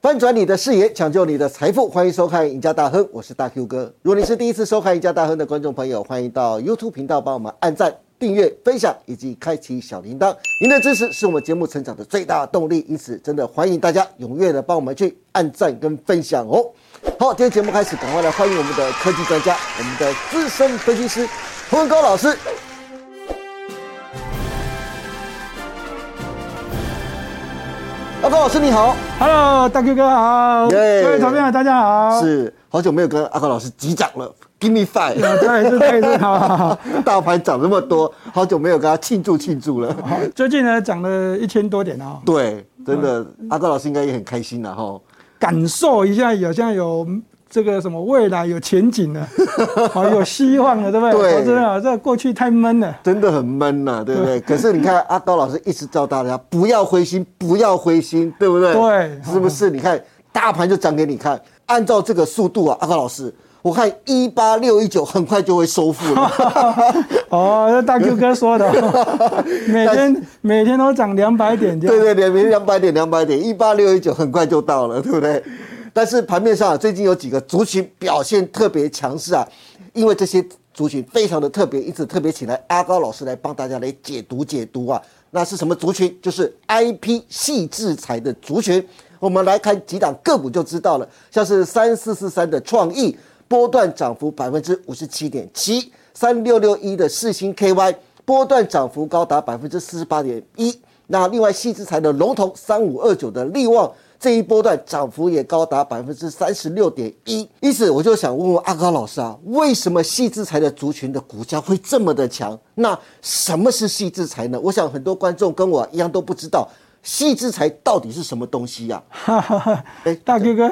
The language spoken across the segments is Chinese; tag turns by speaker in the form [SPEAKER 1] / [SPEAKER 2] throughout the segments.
[SPEAKER 1] 翻转你的视野，抢救你的财富，欢迎收看《赢家大亨》，我是大 Q 哥。如果你是第一次收看《赢家大亨》的观众朋友，欢迎到 YouTube 频道帮我们按赞、订阅、分享以及开启小铃铛。您的支持是我们节目成长的最大动力，因此真的欢迎大家踊跃的帮我们去按赞跟分享哦。好，今天节目开始，赶快来欢迎我们的科技专家，我们的资深分析师洪文高老师。阿高老师你好。
[SPEAKER 2] Hello，大 Q 哥好，
[SPEAKER 1] 耶
[SPEAKER 2] 各位投票大家好，
[SPEAKER 1] 是好久没有跟阿高老师击掌了，Give me
[SPEAKER 2] 啊
[SPEAKER 1] five。
[SPEAKER 2] 对是对是好好好。
[SPEAKER 1] 大盘涨这么多，好久没有跟他庆祝庆祝了。
[SPEAKER 2] 好最近呢涨了一千多点啊、哦，
[SPEAKER 1] 对，真的，阿高老师应该也很开心了啊哈。
[SPEAKER 2] 感受一下有现在有这个什么未来有前 景了，好有希望了，对不对？
[SPEAKER 1] 对
[SPEAKER 2] 投资人啊，这过去太闷了。
[SPEAKER 1] 真的很闷呐、对不对？可是你看阿高老师一直叫大家不要灰心，不要灰心，对不对？
[SPEAKER 2] 对
[SPEAKER 1] 是不是？你看大盘就涨给你看，按照这个速度啊，阿高老师，我看一八六一九很快就会收复了。
[SPEAKER 2] 哦，这大 Q 哥说 的哦，每天每天都涨两百点这样。
[SPEAKER 1] 对对对，明两百点，两百点，一八六一九很快就到了，对不对？但是盘面上、啊、最近有几个族群表现特别强势啊，因为这些族群非常的特别，因此特别请来阿高老师来帮大家来解读解读啊。那是什么族群？就是 IP 细制裁的族群。我们来看几档个股就知道了，像是三四四三的创意，波段涨幅百分之五十七点七；三六六一的世星 KY，波段涨幅高达百分之四十八点一。那另外，细制材的龙头三五二九的利旺这一波段涨幅也高达百分之三十六点一。因此，我就想问问阿高老师啊，为什么细制材的族群的股价会这么的强？那什么是细制材呢？我想很多观众跟我一样都不知道细制材到底是什么东西啊呀、
[SPEAKER 2] 哈哈 哈
[SPEAKER 1] 哎
[SPEAKER 2] 大 Q 哥，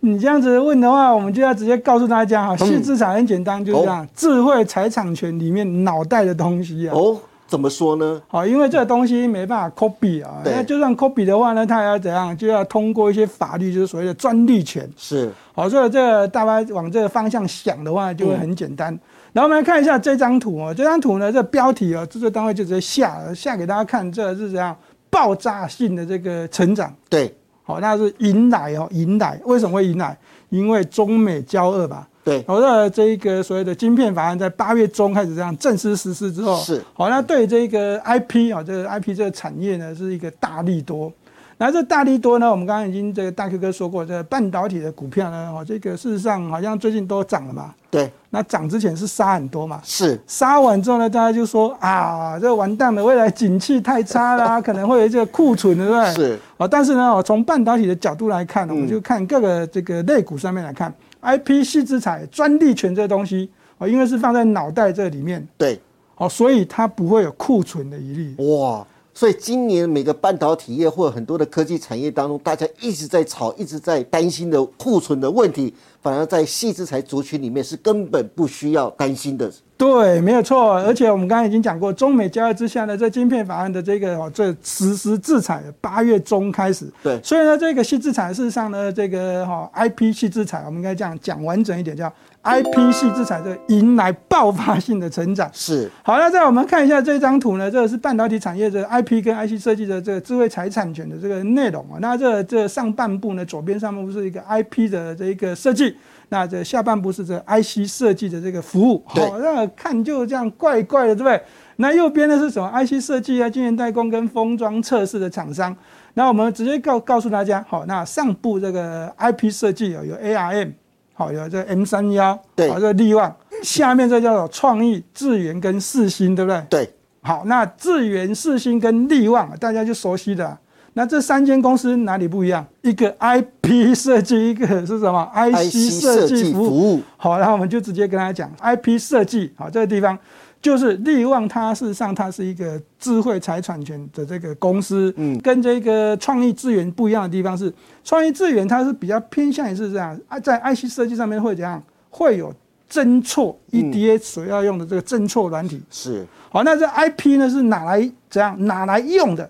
[SPEAKER 2] 你这样子问的话，我们就要直接告诉大家哈，啊
[SPEAKER 1] 嗯
[SPEAKER 2] 细资产很简单，就是这样，智慧财产权里面脑袋的东西啊。
[SPEAKER 1] 哦哦，怎么说呢？
[SPEAKER 2] 好，因为这个东西没办法 copy 啊，
[SPEAKER 1] 对
[SPEAKER 2] 那就算 copy 的话呢，它还要怎样？就要通过一些法律，就是所谓的专利权。
[SPEAKER 1] 是
[SPEAKER 2] 好，所以这个大家往这个方向想的话，就会很简
[SPEAKER 1] 嗯
[SPEAKER 2] 单。然后我们来看一下这张图哦，这张图呢，这标题哦，制作单位就直接下了下给大家看，这是怎样爆炸性的这个成长。
[SPEAKER 1] 对
[SPEAKER 2] 好、那是迎来哦，迎来为什么会迎来？因为中美交恶吧。
[SPEAKER 1] 对，
[SPEAKER 2] 好、那这一个所谓的晶片法案在八月中开始这样正式实施之后，
[SPEAKER 1] 是
[SPEAKER 2] 好、那对这个 IP 啊、这个 IP 这个产业呢是一个大利多。那这大利多呢，我们刚刚已经这个大 Q 哥说过，这个半导体的股票呢，哦，这个事实上好像最近都涨了嘛。
[SPEAKER 1] 对
[SPEAKER 2] 那涨之前是杀很多嘛，
[SPEAKER 1] 是，
[SPEAKER 2] 杀完之后呢，大家就说啊，这完蛋了，未来景气太差啦，可能会有一个库存，对不对？
[SPEAKER 1] 是。
[SPEAKER 2] 哦，但是呢，哦，从半导体的角度来看哦呢，我们就看各个这个类股上面来看，IP 系资产专利权这东西，哦，因为是放在脑袋这里面，
[SPEAKER 1] 对，
[SPEAKER 2] 哦，所以它不会有库存的疑虑。
[SPEAKER 1] 哇！所以今年每个半导体业或者很多的科技产业当中，大家一直在吵，一直在担心的库存的问题，反而在细制材族群里面是根本不需要担心的。
[SPEAKER 2] 对，没有错。而且我们刚才已经讲过，中美交易之下呢，这晶片法案的这个哦，这实施制裁八月中开始。
[SPEAKER 1] 对
[SPEAKER 2] 所以呢，这个细资产事实上呢，这个哈、哦、IP 细资产，我们应该这样讲完整一点，叫 IP 细资产，这迎来爆发性的成长。
[SPEAKER 1] 是
[SPEAKER 2] 好，那再我们看一下这张图呢，这个是半导体产业的 IP 跟 IC 设计的这个智慧财产权的这个内容啊。那这这上半部呢，左边上半部是一个 IP 的这一个设计，那这下半部是这 IC 设计的这个服务。
[SPEAKER 1] 对
[SPEAKER 2] 好，那看就这样怪怪的，对不对？那右边呢是什么？IC 设计啊、晶圆代工跟封装测试的厂商。那我们直接告告诉大家，好，那上部这个 IP 设计哦有有 ARM，好有这 M 三幺，
[SPEAKER 1] 对
[SPEAKER 2] 好这个力旺，下面这叫做创意、智源跟四星，对不对？
[SPEAKER 1] 对，
[SPEAKER 2] 好，那智源、四星跟力旺大家就熟悉的啊、那这三间公司哪里不一样？一个 IP 设计，一个是什么
[SPEAKER 1] IC
[SPEAKER 2] 设
[SPEAKER 1] 设
[SPEAKER 2] 计
[SPEAKER 1] 计
[SPEAKER 2] 服务。
[SPEAKER 1] 服务
[SPEAKER 2] 好，然后我们就直接跟他讲 IP 设计，好，这个地方就是力旺，它事实上它是一个智慧财产权的这个公司，嗯，跟这个创意智源不一样的地方是，创意智源它是比较偏向于是这样，啊，在 IC 设计上面会怎样，会有侦错 EDA 所要用的这个侦错软体，
[SPEAKER 1] 是
[SPEAKER 2] 好，那这 IP 呢是哪来怎样哪来用的？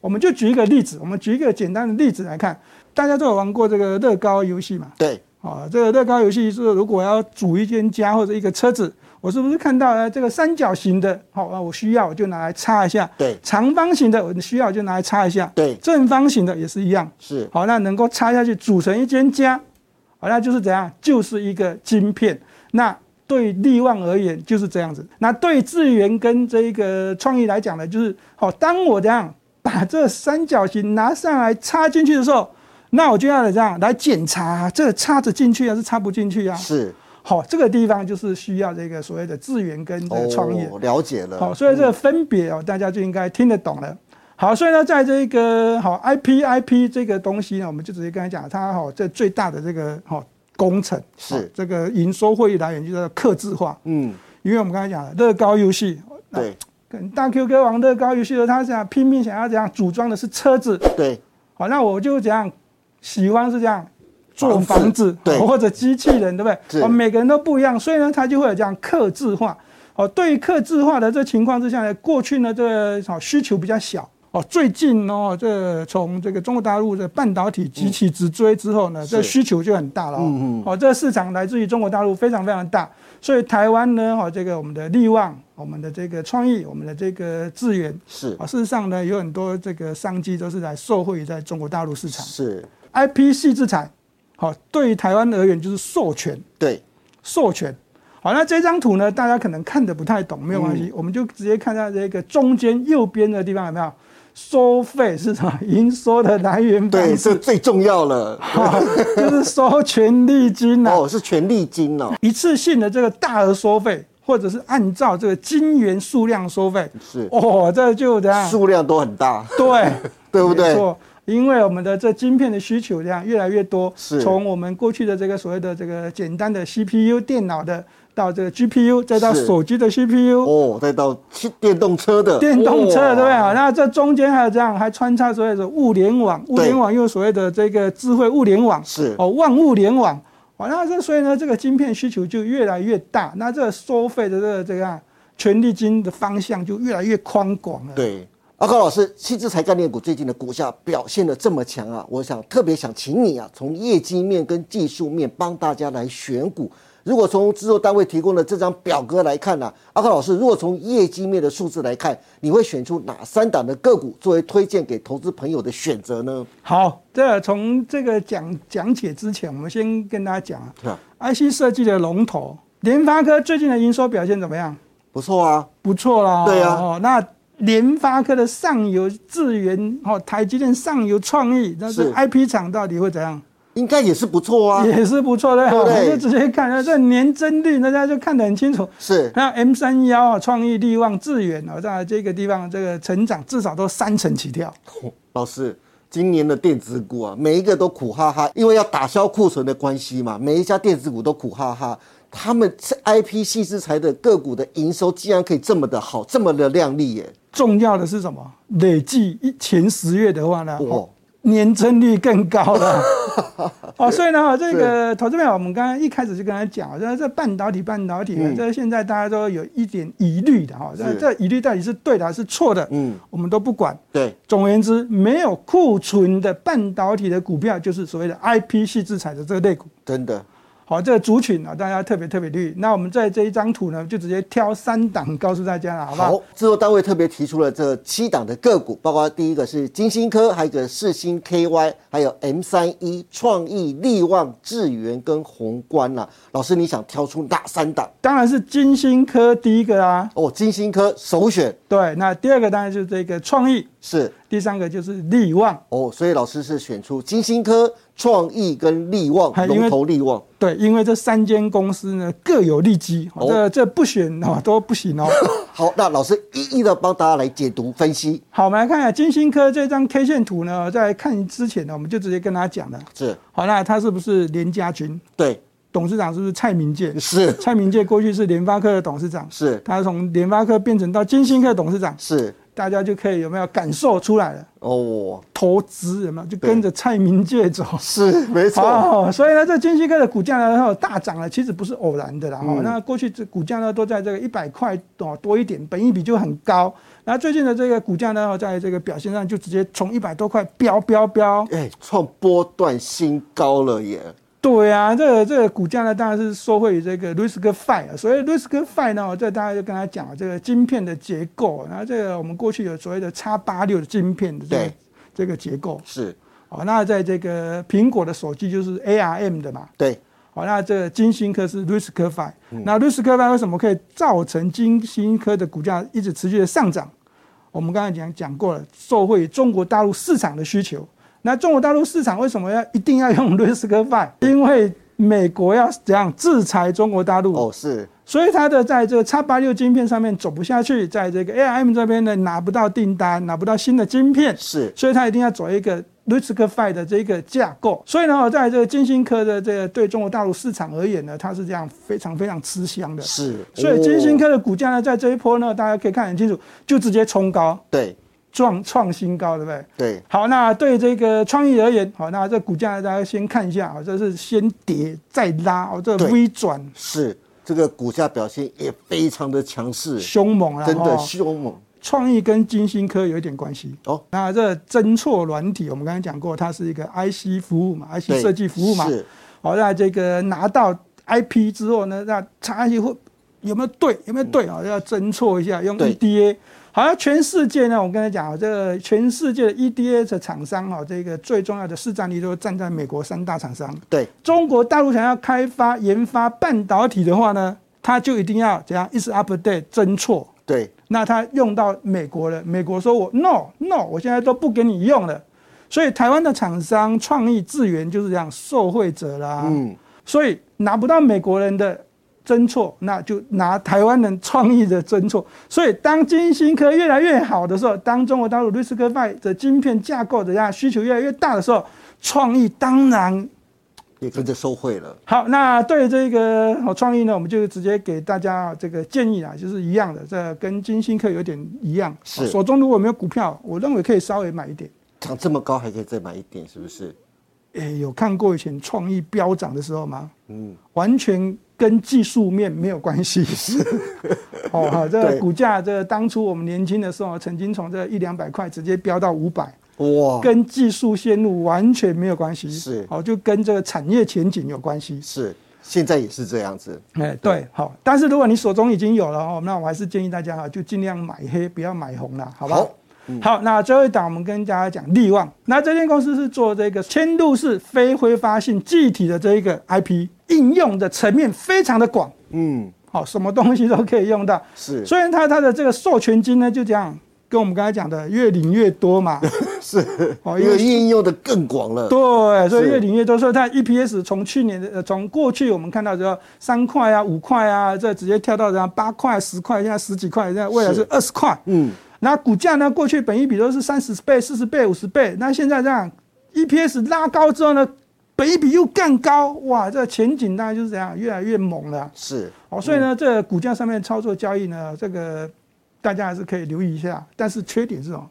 [SPEAKER 2] 我们就举一个例子，我们举一个简单的例子来看，大家都有玩过这个乐高游戏嘛？
[SPEAKER 1] 对
[SPEAKER 2] 啊，这个乐高游戏是如果要组一间家或者一个车子，我是不是看到了这个三角形的？好啊，我需要我就拿来擦一下。
[SPEAKER 1] 对
[SPEAKER 2] 长方形的我需要我就拿来擦一下。
[SPEAKER 1] 对
[SPEAKER 2] 正方形的也是一样。
[SPEAKER 1] 是
[SPEAKER 2] 好，那能够插下去组成一间家，好，那就是怎样？就是一个晶片。那对力旺而言就是这样子。那对智源跟这个创意来讲呢，就是好，当我这样把这三角形拿上来插进去的时候，那我就要这样来检查这个插着进去还是插不进去啊？
[SPEAKER 1] 是
[SPEAKER 2] 好，这个地方就是需要这个所啊谓的智源跟这个创意。
[SPEAKER 1] 哦，了解了。
[SPEAKER 2] 好，所以这个分别哦，大家就应该听得懂了。好，所以呢，在这个好 IP IP 这个东西呢，我们就直接跟他讲，它好这最大的这个好工程
[SPEAKER 1] 是
[SPEAKER 2] 好这个营收获益来源就叫克制化，
[SPEAKER 1] 嗯，
[SPEAKER 2] 因为我们刚才讲了乐高游戏，
[SPEAKER 1] 对
[SPEAKER 2] 跟大 Q 哥玩乐高游戏的时候，他想拼命想要怎样组装的是车子，
[SPEAKER 1] 对
[SPEAKER 2] 好，那我就怎样喜欢是这样。做
[SPEAKER 1] 房
[SPEAKER 2] 房
[SPEAKER 1] 子
[SPEAKER 2] 子，
[SPEAKER 1] 啊
[SPEAKER 2] 哦
[SPEAKER 1] 对
[SPEAKER 2] 或者机器人，对不
[SPEAKER 1] 是
[SPEAKER 2] 对？哦，每个人都不一样，所以呢，它就会有这样克制化。哦，对于克制化的这情况之下呢，过去呢，这个哦需求比较小。哦，最近哦，这从这个中国大陆的半导体急起直追之后呢，
[SPEAKER 1] 嗯是
[SPEAKER 2] 这需求就很大了哦。
[SPEAKER 1] 嗯嗯
[SPEAKER 2] 哦，这个市场来自于中国大陆非常非常大，所以台湾呢，哦，这个我们的力旺、我们的这个创意、我们的这个智源，
[SPEAKER 1] 是
[SPEAKER 2] 啊，事实上呢，有很多这个商机都是来受惠于在中国大陆市场。
[SPEAKER 1] 是，
[SPEAKER 2] IP 系制裁，好，对于台湾而言就是授权，
[SPEAKER 1] 对
[SPEAKER 2] 授权。好，那这张图呢，大家可能看得不太懂，没有
[SPEAKER 1] 嗯
[SPEAKER 2] 关系，我们就直接看到这个中间右边的地方有没有收费是什么？营收的来源
[SPEAKER 1] 对，
[SPEAKER 2] 方
[SPEAKER 1] 这
[SPEAKER 2] 式，
[SPEAKER 1] 最重要了。
[SPEAKER 2] 好， 就是收权利金啊，
[SPEAKER 1] 哦，是权力金哦，
[SPEAKER 2] 一次性的这个大额收费，或者是按照这个金元数量收费。
[SPEAKER 1] 是
[SPEAKER 2] 哦，这就这样，
[SPEAKER 1] 数量都很大，
[SPEAKER 2] 对，
[SPEAKER 1] 对不对
[SPEAKER 2] 没？错，因为我们的这晶片的需求量越来越多，
[SPEAKER 1] 是
[SPEAKER 2] 从我们过去的这个所谓的这个简单的 CPU 电脑的，到这个 GPU，再到
[SPEAKER 1] 是
[SPEAKER 2] 手机的 CPU。
[SPEAKER 1] 哦，再到汽电动车的哦
[SPEAKER 2] 电动车
[SPEAKER 1] 哇
[SPEAKER 2] 对不对啊？那这中间还有这样，还穿插所谓的物联网，物联网又有所谓的这个智慧物联网，
[SPEAKER 1] 是
[SPEAKER 2] 哦，万物联网。哦，那这所以呢，这个晶片需求就越来越大，那这个收费的这个这个啊权利金的方向就越来越宽广了。
[SPEAKER 1] 对，阿高老师，细资材概念股最近的股价表现的这么强啊，我想特别想请你啊，从业绩面跟技术面帮大家来选股。如果从制作单位提供的这张表格来看呢、阿高老师，如果从业绩面的数字来看，你会选出哪三档的个股作为推荐给投资朋友的选择呢？
[SPEAKER 2] 好，这从这个讲讲解之前，我们先跟大家讲啊
[SPEAKER 1] 啊，
[SPEAKER 2] ，IC 设计的龙头联发科最近的营收表现怎么样？
[SPEAKER 1] 不错啊，
[SPEAKER 2] 不错啦、哦。
[SPEAKER 1] 对啊
[SPEAKER 2] 哦，那联发科的上游智源哦，台积电上游创意，但
[SPEAKER 1] 是
[SPEAKER 2] 是 IP 厂到底会怎样？
[SPEAKER 1] 应该也是不错啊，
[SPEAKER 2] 也是不错的，哦
[SPEAKER 1] 对
[SPEAKER 2] 我
[SPEAKER 1] 不对
[SPEAKER 2] 们就直接看了这年增率，大家就看得很清楚。
[SPEAKER 1] 是
[SPEAKER 2] 那 M 三幺啊，创意、力旺、智源啊，在这个地方这个成长至少都三成起跳。
[SPEAKER 1] 哦 老师，今年的电子股啊，每一个都苦哈哈，因为要打消库存的关系嘛，每一家电子股都苦哈哈。他们是 IP 细制材的个股的营收竟然可以这么的好，这么的亮丽耶！
[SPEAKER 2] 重要的是什么？累计一前十月的话呢，
[SPEAKER 1] 哦
[SPEAKER 2] 哦、年增率更高 了。哦，所以呢，这个投资朋友，我们刚刚一开始就跟他讲，就是这半导体，半导体呢，这现在大家都有一点疑虑的哈，哦这
[SPEAKER 1] 是
[SPEAKER 2] 这疑虑嗯到底是对的还是错的，
[SPEAKER 1] 嗯
[SPEAKER 2] 嗯，我们都不管。
[SPEAKER 1] 对，
[SPEAKER 2] 总而言之，没有库存的半导体的股票，就是所谓的 IP 系制裁的这个类股。
[SPEAKER 1] 真的
[SPEAKER 2] 好，这个族群啊，大家特别特别留意。那我们在这一张图呢，就直接挑三档告诉大家了，好不好？
[SPEAKER 1] 好。制作单位特别提出了这七档的个股，包括第一个是金星科，还有一个世星 KY，还有 M 三一、创意、力旺、智源跟宏观呐、老师，你想挑出哪三档？
[SPEAKER 2] 当然是金星科第一个啊，
[SPEAKER 1] 哦，金星科首选
[SPEAKER 2] 对，那第二个当然就是这个创意，
[SPEAKER 1] 是
[SPEAKER 2] 第三个就是力旺，
[SPEAKER 1] 哦，所以老师是选出金星科、创意跟力旺
[SPEAKER 2] 还因为
[SPEAKER 1] 龙头力旺，
[SPEAKER 2] 对，因为这三间公司呢各有利基，
[SPEAKER 1] 哦
[SPEAKER 2] 哦、这这不选哦都不行哦。
[SPEAKER 1] 好，那老师一一的帮大家来解读分析，
[SPEAKER 2] 好，我们来看一下金星科这张 K 线图呢，在看之前呢，我们就直接跟大家讲了。
[SPEAKER 1] 是
[SPEAKER 2] 好，那它是不是连家军
[SPEAKER 1] 对，
[SPEAKER 2] 董事长是不是蔡明介？
[SPEAKER 1] 是
[SPEAKER 2] 蔡明介过去是联发科的董事长，
[SPEAKER 1] 是
[SPEAKER 2] 他从联发科变成到金星科的董事长，
[SPEAKER 1] 是
[SPEAKER 2] 大家就可以有没有感受出来了？
[SPEAKER 1] 哦，
[SPEAKER 2] 投资有没有就跟着蔡明介走？
[SPEAKER 1] 是没错，
[SPEAKER 2] 好，哦所以呢，这金星科的股价呢，它有大涨了，其实不是偶然的啦。哈、
[SPEAKER 1] 嗯
[SPEAKER 2] 那过去这股价呢，都在这个一百块哦多一点，本益比就很高。然后最近的这个股价呢，哦在这个表现上就直接从一百多块飙飙飙，
[SPEAKER 1] 哎，创波段新高了耶，
[SPEAKER 2] 对啊，这个这个股价呢，当然是受惠于这个 Risk Five，所以 Risk Five 呢，哦我这大家就跟他讲啊这个晶片的结构，然后这个我们过去有所谓的叉八六的晶片的这个
[SPEAKER 1] 对
[SPEAKER 2] 这个结构，
[SPEAKER 1] 是
[SPEAKER 2] 哦，那在这个苹果的手机就是 ARM 的嘛，
[SPEAKER 1] 对，
[SPEAKER 2] 好，那这个金星科是 Risk Five，、那 Risk Five 为什么可以造成金星科的股价一直持续的上涨？我们刚才讲讲过了，受惠于中国大陆市场的需求。那中国大陆市场为什么要一定要用 Risk Five？因为美国要怎样制裁中国大陆，
[SPEAKER 1] 哦是，
[SPEAKER 2] 所以它的在这个叉八六晶片上面走不下去，在这个 ARM 这边呢拿不到订单，拿不到新的晶片，
[SPEAKER 1] 是
[SPEAKER 2] 所以它一定要走一个 risk five 的这个架构。所以呢，哦在这个金星科的这个对中国大陆市场而言呢，它是这样非常非常吃香的。
[SPEAKER 1] 是，
[SPEAKER 2] 所以金星
[SPEAKER 1] 哦
[SPEAKER 2] 科的股价呢，在这一波呢，大家可以看得很清楚，就直接冲高，
[SPEAKER 1] 哦对
[SPEAKER 2] 创创新高，对不对？
[SPEAKER 1] 对
[SPEAKER 2] 好，那对这个创意而言，好，那这股价呢大家先看一下啊，这是先跌再拉哦，这
[SPEAKER 1] 对
[SPEAKER 2] V 转
[SPEAKER 1] 是，这个股价表现也非常的强势，
[SPEAKER 2] 凶猛了，
[SPEAKER 1] 真的
[SPEAKER 2] 哦
[SPEAKER 1] 凶猛
[SPEAKER 2] 创意跟金星科有一点关系。
[SPEAKER 1] 哦，
[SPEAKER 2] 那这侦错软体，我们刚才讲过，它是一个 IC 服务嘛，IC
[SPEAKER 1] 对
[SPEAKER 2] 设计服务嘛。
[SPEAKER 1] 是
[SPEAKER 2] 好，那这个拿到 IP 之后呢，那查一下会有没有对，有没有对啊、要侦错一下，用
[SPEAKER 1] 对
[SPEAKER 2] EDA。好像全世界呢，我跟你讲啊，这个全世界的 EDA 的厂商啊，这个最重要的市占率都站在美国三大厂商。
[SPEAKER 1] 对
[SPEAKER 2] 中国大陆想要开发研发半导体的话呢，它就一定要怎样一直 update 侦错。
[SPEAKER 1] 对
[SPEAKER 2] 那他用到美国了，美国说我 no no，我现在都不给你用了。所以台湾的厂商创意资源就是这样受惠者啦，
[SPEAKER 1] 嗯
[SPEAKER 2] 所以拿不到美国人的真错，那就拿台湾人创意的真错。所以当金星科越来越好的时候，当中国大陆 risk f i 的晶片架构的呀需求越来越大的时候，创意当然
[SPEAKER 1] 也跟着受贿了，
[SPEAKER 2] 好，那对这个哦创意呢，我们就直接给大家这个建议啊，就是一样的，这跟金星科有点一样。哦
[SPEAKER 1] 是
[SPEAKER 2] 手中如果没有股票，我认为可以稍微买一点。
[SPEAKER 1] 涨这么高还可以再买一点，是不是？
[SPEAKER 2] 诶，有看过以前创意飙涨的时候吗？
[SPEAKER 1] 嗯，
[SPEAKER 2] 完全跟技术面没有 关系。 哦，好，这个
[SPEAKER 1] 对
[SPEAKER 2] 股价，这个当初我们年轻的时候，曾经从这一两百块直接飙到五百，
[SPEAKER 1] 哇，
[SPEAKER 2] 跟技术线路完全没有关系。
[SPEAKER 1] 哦是
[SPEAKER 2] 哦，就跟这个产业前景有关系。
[SPEAKER 1] 是，现在也是这样子，
[SPEAKER 2] 哎，对，好，但是如果你手中已经有了哦，那我还是建议大家啊哈，就尽量买黑，不要买红了，好不好
[SPEAKER 1] 好？
[SPEAKER 2] 好，那最后一档我们跟大家讲利旺，那这间公司是做这个嵌入式非挥发性气体的这一个 IP 应用的层面非常的广，
[SPEAKER 1] 嗯
[SPEAKER 2] 好、什么东西都可以用到。
[SPEAKER 1] 是
[SPEAKER 2] 虽然它它的这个授权金呢，就这样跟我们刚才讲的越领越多嘛，
[SPEAKER 1] 是，
[SPEAKER 2] 哦
[SPEAKER 1] 因
[SPEAKER 2] 因为
[SPEAKER 1] 为应用的更广了，
[SPEAKER 2] 对，所以
[SPEAKER 1] 是
[SPEAKER 2] 越领越多。所以它 EPS 从去年的呃，从过去我们看到的三块啊、五块啊，这直接跳到这样八块、十块，现在十几块，现在未来是
[SPEAKER 1] 是
[SPEAKER 2] 二十块。
[SPEAKER 1] 嗯
[SPEAKER 2] 那股价呢，过去本益比都是三十倍、四十倍、五十倍，那现在这样 EPS 拉高之后呢，本益比又更高，哇，这前景大概就是这样，越来越猛了。
[SPEAKER 1] 是
[SPEAKER 2] 哦，所以
[SPEAKER 1] 嗯
[SPEAKER 2] 呢，这股价上面操作交易呢，这个大家还是可以留意一下，但是缺点是什么？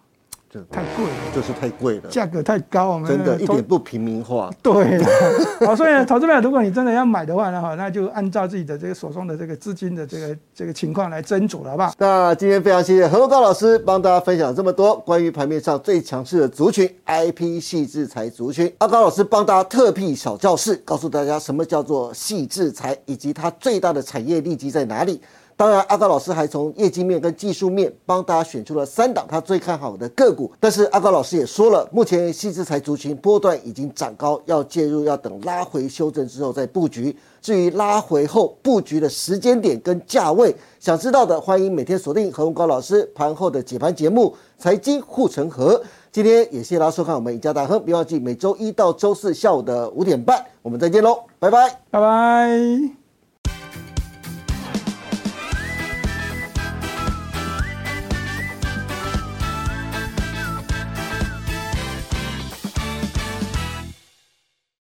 [SPEAKER 1] 这
[SPEAKER 2] 太贵了，
[SPEAKER 1] 就是太贵了，
[SPEAKER 2] 价格太高，我们
[SPEAKER 1] 真的，一
[SPEAKER 2] 投
[SPEAKER 1] 点不平民化，
[SPEAKER 2] 对啦， 好，所以呢投资者如果你真的要买的话呢，哈，那就按照自己的这个手中的这个资金的这个这个情况来斟酌了，好不好？
[SPEAKER 1] 那今天非常谢谢何荣高老师帮大家分享这么多关于盘面上最强势的族群 IP 细制裁族群。阿高老师帮大家特辟小教室，告诉大家什么叫做细制裁，以及它最大的产业利基在哪里。当然，阿高老师还从业绩面跟技术面帮大家选出了三档他最看好的个股。但是阿高老师也说了，目前细制裁族群波段已经涨高，要介入要等拉回修正之后再布局。至于拉回后布局的时间点跟价位，想知道的欢迎每天锁定何文高老师盘后的解盘节目《财经护城河》。今天也谢谢大家收看我们赢家大亨，别忘记每周一到周四下午的五点半，我们再见喽，拜拜。
[SPEAKER 2] 拜拜。